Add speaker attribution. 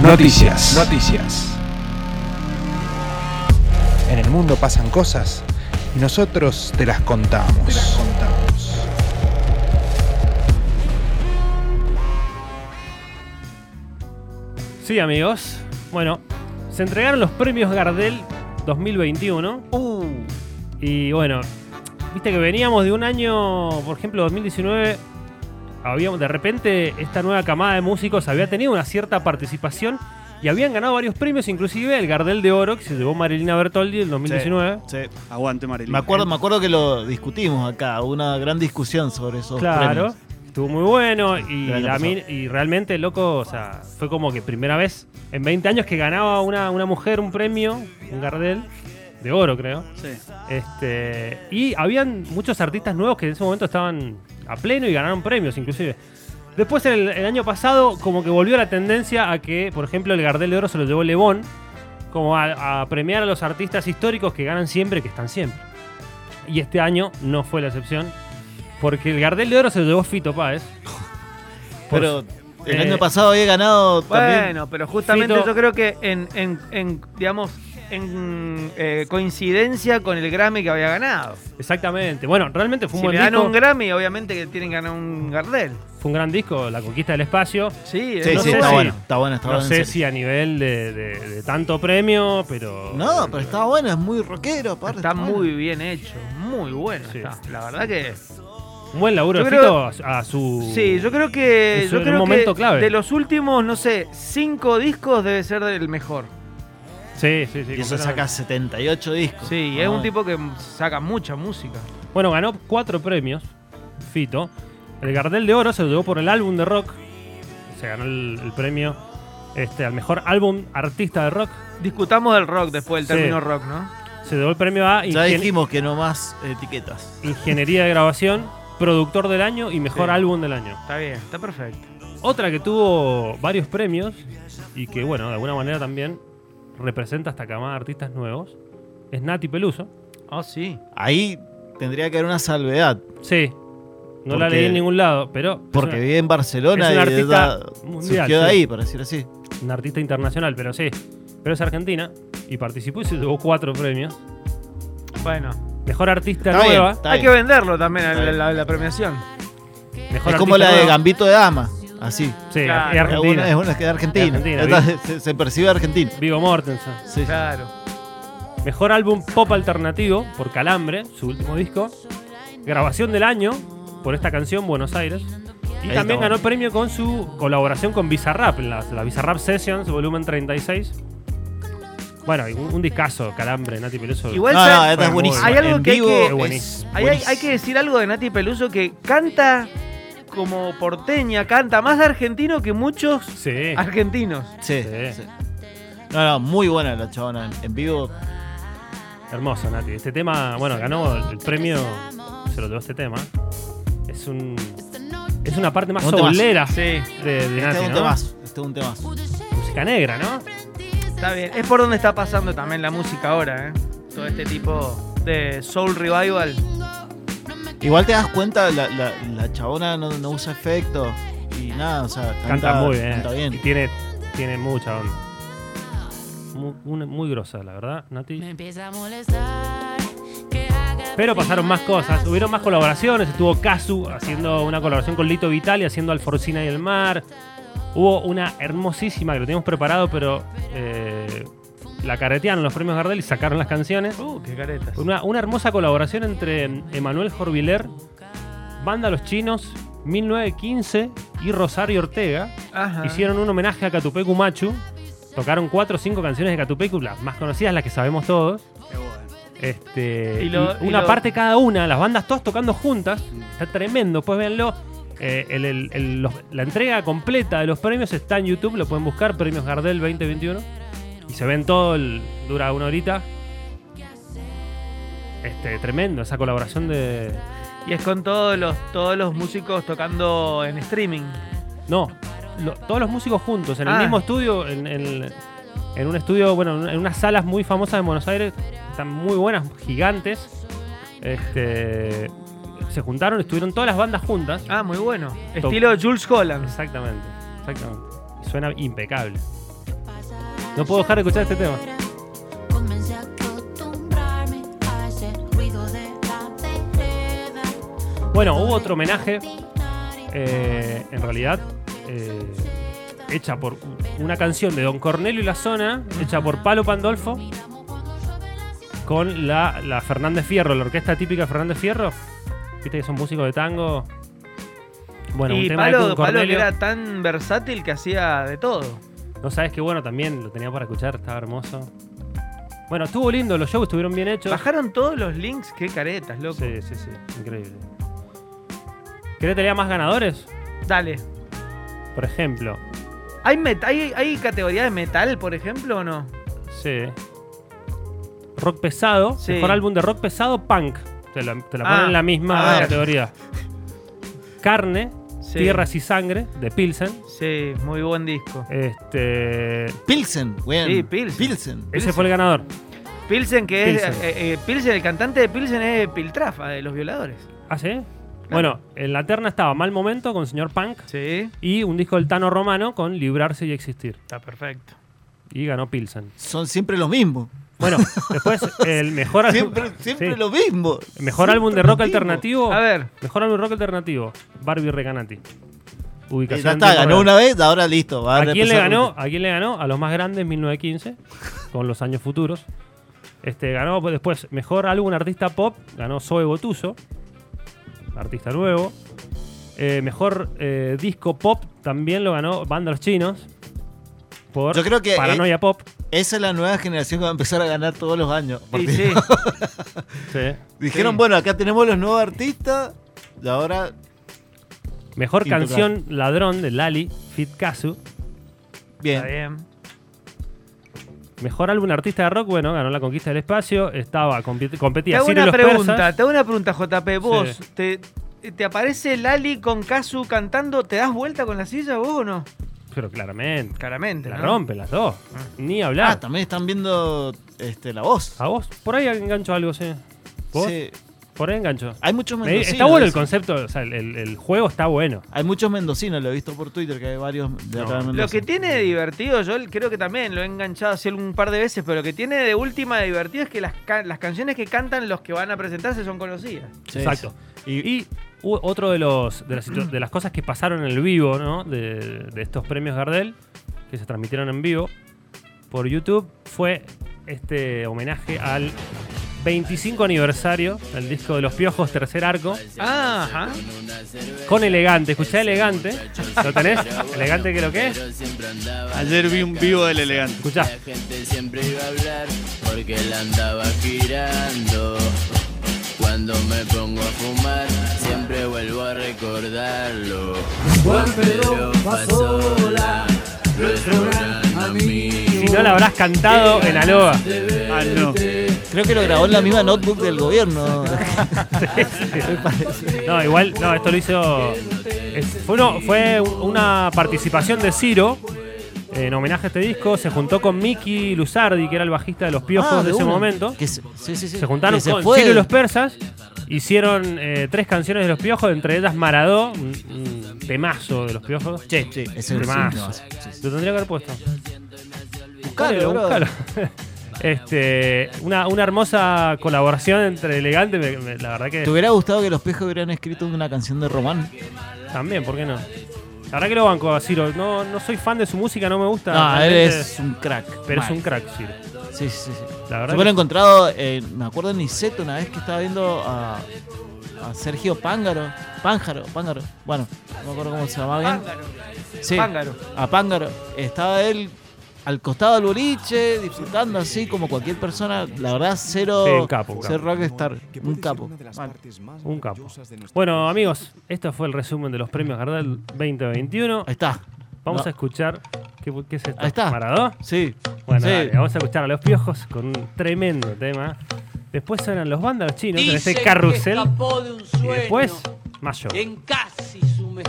Speaker 1: Noticias. Noticias. En el mundo pasan cosas y nosotros te las contamos. Te las contamos.
Speaker 2: Sí, amigos. Bueno, se entregaron los premios Gardel 2021. Y bueno, viste que veníamos de un año, por ejemplo, 2019. Habíamos, de repente, esta nueva camada de músicos había tenido una cierta participación y habían ganado varios premios, inclusive el Gardel de Oro, que se llevó Marilina Bertoldi en 2019.
Speaker 3: Sí, sí. aguante Marilyn.
Speaker 4: Me acuerdo, me acuerdo que lo discutimos acá, hubo una gran discusión sobre esos
Speaker 2: Claro,
Speaker 4: premios.
Speaker 2: estuvo muy bueno y,
Speaker 4: el año
Speaker 2: la
Speaker 4: pasado.
Speaker 2: min- y realmente, loco, o sea, fue como que primera vez en 20 años que ganaba una, una mujer un premio, un Gardel, de oro creo.
Speaker 3: Sí.
Speaker 2: Este, y habían muchos artistas nuevos que en ese momento estaban a pleno y ganaron premios inclusive. Después el, el año pasado como que volvió la tendencia a que, por ejemplo, el Gardel de Oro se lo llevó Lebón, como a, a premiar a los artistas históricos que ganan siempre, que están siempre. Y este año no fue la excepción, porque el Gardel de Oro se lo llevó Fito Páez. Por-
Speaker 4: Pero el
Speaker 2: eh,
Speaker 4: año pasado había ganado también.
Speaker 5: Bueno, pero justamente
Speaker 2: Fito-
Speaker 5: yo creo que en, en- en, digamos, en eh, coincidencia con el Grammy que había ganado.
Speaker 2: Exactamente. Bueno, realmente fue un
Speaker 5: si le
Speaker 2: buen
Speaker 5: dan
Speaker 2: disco.
Speaker 5: un Grammy, obviamente que tienen que ganar un Gardel.
Speaker 2: Fue un gran disco, La Conquista del Espacio.
Speaker 5: Sí,
Speaker 2: eh,
Speaker 4: Sí,
Speaker 5: no
Speaker 4: sí,
Speaker 5: sé
Speaker 4: está
Speaker 5: si-
Speaker 4: bueno, está bueno, está
Speaker 2: No
Speaker 4: bueno. en
Speaker 2: sé
Speaker 4: serio.
Speaker 2: si a nivel de, de- de tanto premio, pero.
Speaker 4: No, pero está bueno, es muy rockero, aparte.
Speaker 5: Está
Speaker 4: bueno.
Speaker 5: muy bien hecho, muy bueno.
Speaker 2: Sí.
Speaker 5: está. La verdad que.
Speaker 2: Un buen laburo
Speaker 5: Yo
Speaker 2: de
Speaker 5: creo-
Speaker 2: Fito a a su.
Speaker 5: Sí, yo creo que.
Speaker 2: Uh. Es
Speaker 5: Yo
Speaker 2: un
Speaker 5: creo
Speaker 2: momento
Speaker 5: que
Speaker 2: clave.
Speaker 5: de los últimos, no sé, cinco discos debe ser el mejor.
Speaker 2: Sí, sí, sí.
Speaker 4: Y eso
Speaker 2: completamente.
Speaker 4: saca 78 discos.
Speaker 5: Sí,
Speaker 4: Ah,
Speaker 5: es un
Speaker 4: bueno.
Speaker 5: tipo que saca mucha música.
Speaker 2: Bueno, ganó cuatro premios, Fito. El Gardel de Oro se lo llevó por el álbum de rock. Se ganó el, el premio este, al mejor álbum artista de rock.
Speaker 5: Discutamos del rock después, del
Speaker 2: Sí.
Speaker 5: término rock, ¿no?
Speaker 2: Se llevó el premio a
Speaker 4: Ya
Speaker 2: ingen-
Speaker 4: dijimos que no más etiquetas.
Speaker 2: Ingeniería de Grabación, Productor del Año y Mejor
Speaker 5: Sí.
Speaker 2: Álbum del Año.
Speaker 5: Está bien, está perfecto.
Speaker 2: Otra que tuvo varios premios y que, bueno, de alguna manera también representa esta camada de artistas nuevos es Nati Peluso.
Speaker 5: Oh, sí.
Speaker 4: Ahí tendría que haber una salvedad.
Speaker 2: Sí, no la
Speaker 4: Porque-
Speaker 2: leí en ningún lado, pero. es
Speaker 4: Porque
Speaker 2: una-
Speaker 4: vive en Barcelona
Speaker 2: es un
Speaker 4: y de
Speaker 2: artista
Speaker 4: verdad
Speaker 2: mundial,
Speaker 4: surgió de
Speaker 2: sí.
Speaker 4: ahí, por decir así.
Speaker 2: una artista internacional, pero sí. Pero es argentina y participó y se llevó cuatro premios.
Speaker 5: Bueno,
Speaker 2: Mejor artista
Speaker 4: Está bien,
Speaker 2: nueva.
Speaker 4: está
Speaker 5: hay
Speaker 4: bien.
Speaker 5: que venderlo también
Speaker 4: Está
Speaker 5: la,
Speaker 4: bien.
Speaker 5: la- la premiación.
Speaker 2: Mejor
Speaker 4: es como
Speaker 2: artista
Speaker 4: la de
Speaker 2: nueva.
Speaker 4: Gambito de Dama, así.
Speaker 2: Sí,
Speaker 5: Claro.
Speaker 2: es
Speaker 4: Es una, es
Speaker 2: argentina.
Speaker 4: una que es argentina.
Speaker 2: Es argentina,
Speaker 4: Esta se, se percibe argentina.
Speaker 2: Vigo Mortensen.
Speaker 4: Sí.
Speaker 5: Claro.
Speaker 2: Mejor álbum pop alternativo por Calambre, su último disco. Grabación del año por esta canción Buenos Aires. Y
Speaker 4: Ahí
Speaker 2: también
Speaker 4: estamos.
Speaker 2: ganó premio con su colaboración con Bizarrap, en las- la, Bizarrap Sessions, volumen 36. Bueno, y un, un discazo, Calambre, Nati Peluso.
Speaker 5: Igual
Speaker 4: no,
Speaker 5: ¿sabes?
Speaker 4: no, esta es
Speaker 2: Bueno,
Speaker 4: buenísima.
Speaker 5: hay algo
Speaker 4: en
Speaker 5: que hay
Speaker 4: vivo
Speaker 5: que-
Speaker 4: es
Speaker 2: Es buenísima.
Speaker 5: Ahí hay, hay que decir algo de Nati Peluso que canta como porteña, canta más argentino que muchos
Speaker 2: Sí.
Speaker 5: argentinos.
Speaker 4: Sí,
Speaker 2: Sí.
Speaker 4: sí. No, no, muy buena la chabona. En- En vivo
Speaker 2: Hermoso, Nati. Este tema, bueno, ganó el premio, se lo llevó este tema. Es un. Es una parte más
Speaker 4: Un temazo.
Speaker 2: soulera
Speaker 5: Sí,
Speaker 2: de, de
Speaker 4: este
Speaker 2: Nati,
Speaker 4: es un
Speaker 2: ¿no?
Speaker 4: temazo. Este es un temazo.
Speaker 2: Música negra, ¿no?
Speaker 5: está bien. Es por donde está pasando también la música ahora, ¿eh? Todo este tipo de soul revival.
Speaker 4: Igual te das cuenta, la, la, la chabona no, no usa efectos y nada, o sea, canta,
Speaker 2: Canta, muy bien.
Speaker 4: canta
Speaker 2: Y
Speaker 4: bien.
Speaker 2: tiene, tiene mucha onda. Muy, una- muy grosa, la verdad, Nati.
Speaker 6: Me empieza a molestar que haga
Speaker 2: Pero pasaron más cosas. Hubieron más colaboraciones. Estuvo Casu haciendo una colaboración con Lito Vitali, haciendo Alforcina y el Mar. Hubo una hermosísima que lo teníamos preparado, pero eh, la carretearon los premios Gardel y sacaron las canciones.
Speaker 5: Uh, qué caretas.
Speaker 2: Una, una hermosa colaboración entre mm, Emanuel Jorviler, Banda Los Chinos, 1915 y Rosario Ortega.
Speaker 5: Ajá.
Speaker 2: Hicieron un homenaje a Catupecu Machu. Tocaron cuatro o cinco canciones de Catupecu, las más conocidas, las que sabemos todos.
Speaker 3: Qué bueno.
Speaker 2: Este,
Speaker 5: Y lo-
Speaker 2: y
Speaker 5: y
Speaker 2: una
Speaker 5: lo-
Speaker 2: parte cada una, las bandas todas tocando juntas. Está tremendo, pues véanlo. Eh, el- el- el- los- la entrega completa de los premios está en YouTube, lo pueden buscar, Premios Gardel 2021. Y se ven todo, el- dura una horita. Este, tremendo, esa colaboración de...
Speaker 5: Y es con todos los, todos los músicos tocando en streaming.
Speaker 2: No, lo- todos los músicos juntos, en el
Speaker 5: Ah.
Speaker 2: mismo estudio, en, en- en un estudio, bueno, en unas salas muy famosas de Buenos Aires, están muy buenas, gigantes. Este, se juntaron, estuvieron todas las bandas juntas.
Speaker 5: Ah, muy bueno. Estilo Jules Holland.
Speaker 2: Exactamente, exactamente. Y Suena impecable. No puedo dejar de escuchar este tema.
Speaker 6: Comencé a acostumbrarme a ese ruido de la vereda.
Speaker 2: Bueno, hubo otro homenaje, eh, en realidad, eh, hecha por una canción de Don Cornelio y la zona, hecha por Palo Pandolfo, con la, la Fernández Fierro, la orquesta típica de Fernández Fierro. Viste que son músicos de tango. Bueno, un
Speaker 5: y
Speaker 2: tema de
Speaker 5: Palo,
Speaker 2: Don
Speaker 5: Palo que
Speaker 2: Cornelio.
Speaker 5: era tan versátil que hacía de todo.
Speaker 2: No sabes qué bueno también, lo tenía para escuchar, estaba hermoso. Bueno, estuvo lindo, los shows estuvieron bien hechos.
Speaker 5: Bajaron todos los links, qué caretas, loco.
Speaker 2: Sí, sí, sí, increíble. ¿Querés tener más ganadores?
Speaker 5: Dale.
Speaker 2: Por ejemplo,
Speaker 5: ¿Hay, met- hay, ¿Hay categoría de metal, por ejemplo, o no?
Speaker 2: sí. Rock pesado,
Speaker 5: Sí.
Speaker 2: mejor álbum de rock pesado, punk. Te la, te la
Speaker 5: Ah,
Speaker 2: ponen en la misma
Speaker 5: a ver.
Speaker 2: categoría. Carne,
Speaker 5: Sí.
Speaker 2: Tierras y Sangre, de Pilsen.
Speaker 5: Sí, muy buen disco.
Speaker 2: Este,
Speaker 4: Pilsen, weón.
Speaker 5: Sí, Pilsen.
Speaker 2: ese fue el ganador.
Speaker 5: Pilsen, que es.
Speaker 2: Pilsen.
Speaker 5: eh, eh, Pilsen, el cantante de Pilsen es Piltrafa, de los violadores.
Speaker 2: ¿Ah, sí? Bueno, en la terna estaba Mal Momento con Señor Punk
Speaker 5: Sí,
Speaker 2: y un disco del Tano Romano con Librarse y Existir.
Speaker 5: está perfecto.
Speaker 2: Y ganó Pilsen.
Speaker 4: Son siempre los mismos.
Speaker 2: Bueno, después el mejor álbum.
Speaker 4: Siempre, siempre
Speaker 2: Sí.
Speaker 4: lo mismo.
Speaker 2: Mejor
Speaker 4: Siempre
Speaker 2: álbum de
Speaker 4: lo
Speaker 2: rock
Speaker 4: mismo.
Speaker 2: alternativo.
Speaker 5: Oh. A ver.
Speaker 2: Mejor álbum de rock alternativo. Barbie Recanati.
Speaker 4: Eh,
Speaker 2: Ubicación.
Speaker 4: ya está, ganó
Speaker 2: temporal.
Speaker 4: una vez, ahora listo. va a
Speaker 2: ¿A quién le
Speaker 4: empezar
Speaker 2: ganó?
Speaker 4: con-
Speaker 2: ¿A quién le ganó? A los más grandes 1915 con los años futuros. Este ganó pues, después mejor álbum artista pop, ganó Zoe Botuso, artista nuevo. Eh, mejor eh, disco pop también lo ganó Banda Los Chinos por
Speaker 4: Yo creo que, eh,
Speaker 2: Paranoia Pop.
Speaker 4: Esa es la nueva generación que va a empezar a ganar todos los años.
Speaker 5: Sí,
Speaker 4: Porque
Speaker 5: sí.
Speaker 2: Sí.
Speaker 4: Dijeron,
Speaker 5: Sí.
Speaker 4: bueno, acá tenemos los nuevos artistas. Y ahora.
Speaker 2: Mejor
Speaker 4: Intocable.
Speaker 2: canción Ladrón de Lali Fit Kazu.
Speaker 5: Está
Speaker 4: Bien.
Speaker 5: bien.
Speaker 2: Mejor álbum artista de rock, bueno, ganó La Conquista del Espacio, estaba, compi-
Speaker 5: Te
Speaker 2: competía
Speaker 5: hago
Speaker 2: Ciro y
Speaker 5: una
Speaker 2: los
Speaker 5: pregunta,
Speaker 2: Persas.
Speaker 5: te hago una pregunta, JP. Vos,
Speaker 2: Sí.
Speaker 5: te, te aparece Lali con Kazu cantando, ¿te das vuelta con la silla vos o no?
Speaker 2: Pero claramente,
Speaker 5: Claramente.
Speaker 2: la
Speaker 5: ¿no?
Speaker 2: rompen las dos. Ni
Speaker 4: Ah,
Speaker 2: hablar.
Speaker 4: también están viendo este, la voz.
Speaker 2: A vos, por ahí engancho algo, sí. Ah, ¿Vos?
Speaker 4: Sí.
Speaker 2: Por ahí engancho.
Speaker 4: Hay muchos
Speaker 2: Me-
Speaker 4: mendocinos.
Speaker 2: está bueno el
Speaker 4: dicen.
Speaker 2: concepto, o sea, el, el- el juego está bueno.
Speaker 4: Hay muchos mendocinos, lo he visto por Twitter, que hay varios de acá
Speaker 2: No.
Speaker 4: de Mendoza.
Speaker 5: Lo que tiene de divertido, yo creo que también lo he enganchado así un par de veces, pero lo que tiene de última de divertido es que las, ca- las canciones que cantan los que van a presentarse son conocidas.
Speaker 4: Sí,
Speaker 2: Exacto.
Speaker 4: sí.
Speaker 2: Y u- otro de los de las, situ- de las cosas que pasaron en el vivo, ¿no? De, de estos premios Gardel, que se transmitieron en vivo por YouTube, fue este homenaje al 25 aniversario del disco de los piojos, tercer arco,
Speaker 5: Ajá.
Speaker 2: con elegante. Escuchá elegante. ¿Lo tenés? Elegante que lo que es.
Speaker 3: Ayer vi un vivo del elegante.
Speaker 2: Escuchá.
Speaker 7: La gente siempre iba a hablar porque él andaba girando. Cuando me pongo a fumar, siempre vuelvo a recordarlo. Juan Pedro Pasola, nuestro gran amigo.
Speaker 2: Si no la habrás cantado en Aloha.
Speaker 3: Ah, no.
Speaker 4: Creo que lo grabó en la misma notebook del gobierno.
Speaker 2: No, igual, no, esto lo hizo. es- fue, uno- fue una participación de Ciro en homenaje a este disco. Se juntó con Miki Luzardi, que era el bajista de los piojos
Speaker 4: Ah,
Speaker 2: de, ese
Speaker 4: una.
Speaker 2: momento.
Speaker 4: Que se, sí, sí, sí.
Speaker 2: Se juntaron
Speaker 4: Que se
Speaker 2: con
Speaker 4: fue.
Speaker 2: Ciro y los persas. Hicieron eh, tres canciones de los piojos, entre ellas Maradó, un, un temazo de los piojos. Che, che,
Speaker 4: ese
Speaker 2: temazo.
Speaker 4: es un-
Speaker 2: Lo tendría que haber puesto.
Speaker 4: Buscalo, bro.
Speaker 2: Buscalo. Este, una, una hermosa colaboración entre elegante, me- me- la verdad que
Speaker 4: ¿Te hubiera gustado que los pejos hubieran escrito una canción de Román?
Speaker 2: También, ¿por qué no? La verdad que lo banco a Ciro. No, no soy fan de su música, no me gusta.
Speaker 4: No, él
Speaker 2: realmente,
Speaker 4: es un crack.
Speaker 2: Pero es
Speaker 4: mal.
Speaker 2: un crack, Ciro.
Speaker 4: Sí, sí, sí. sí.
Speaker 2: La
Speaker 4: Se
Speaker 2: verdad.
Speaker 4: hubiera
Speaker 2: que-
Speaker 4: encontrado, eh, me acuerdo en Niceto una vez que estaba viendo a, a Sergio Pángaro. Pángaro, Pángaro. Bueno, no me acuerdo cómo se llamaba bien.
Speaker 5: Pángaro.
Speaker 4: Sí,
Speaker 5: Pángaro.
Speaker 4: a Pángaro. Estaba él al costado del boliche, disfrutando así como cualquier persona. La verdad, cero,
Speaker 2: Sí, un capo, un
Speaker 4: cero rockstar. Un capo. Mal.
Speaker 2: Un capo. Bueno, amigos, este fue el resumen de los premios Gardel 2021.
Speaker 4: Ahí está.
Speaker 2: Vamos
Speaker 4: No,
Speaker 2: a escuchar. ¿Qué, qué es esto?
Speaker 4: Ahí está.
Speaker 2: ¿Maradó?
Speaker 4: Sí.
Speaker 2: Bueno,
Speaker 4: sí.
Speaker 2: dale, vamos a escuchar a los piojos con un tremendo tema. Después suenan los bandas chinos en
Speaker 8: Dicen
Speaker 2: este
Speaker 8: que
Speaker 2: carrusel.
Speaker 8: escapó de un
Speaker 2: Y
Speaker 8: sueño
Speaker 2: después, Mayo.
Speaker 8: en casa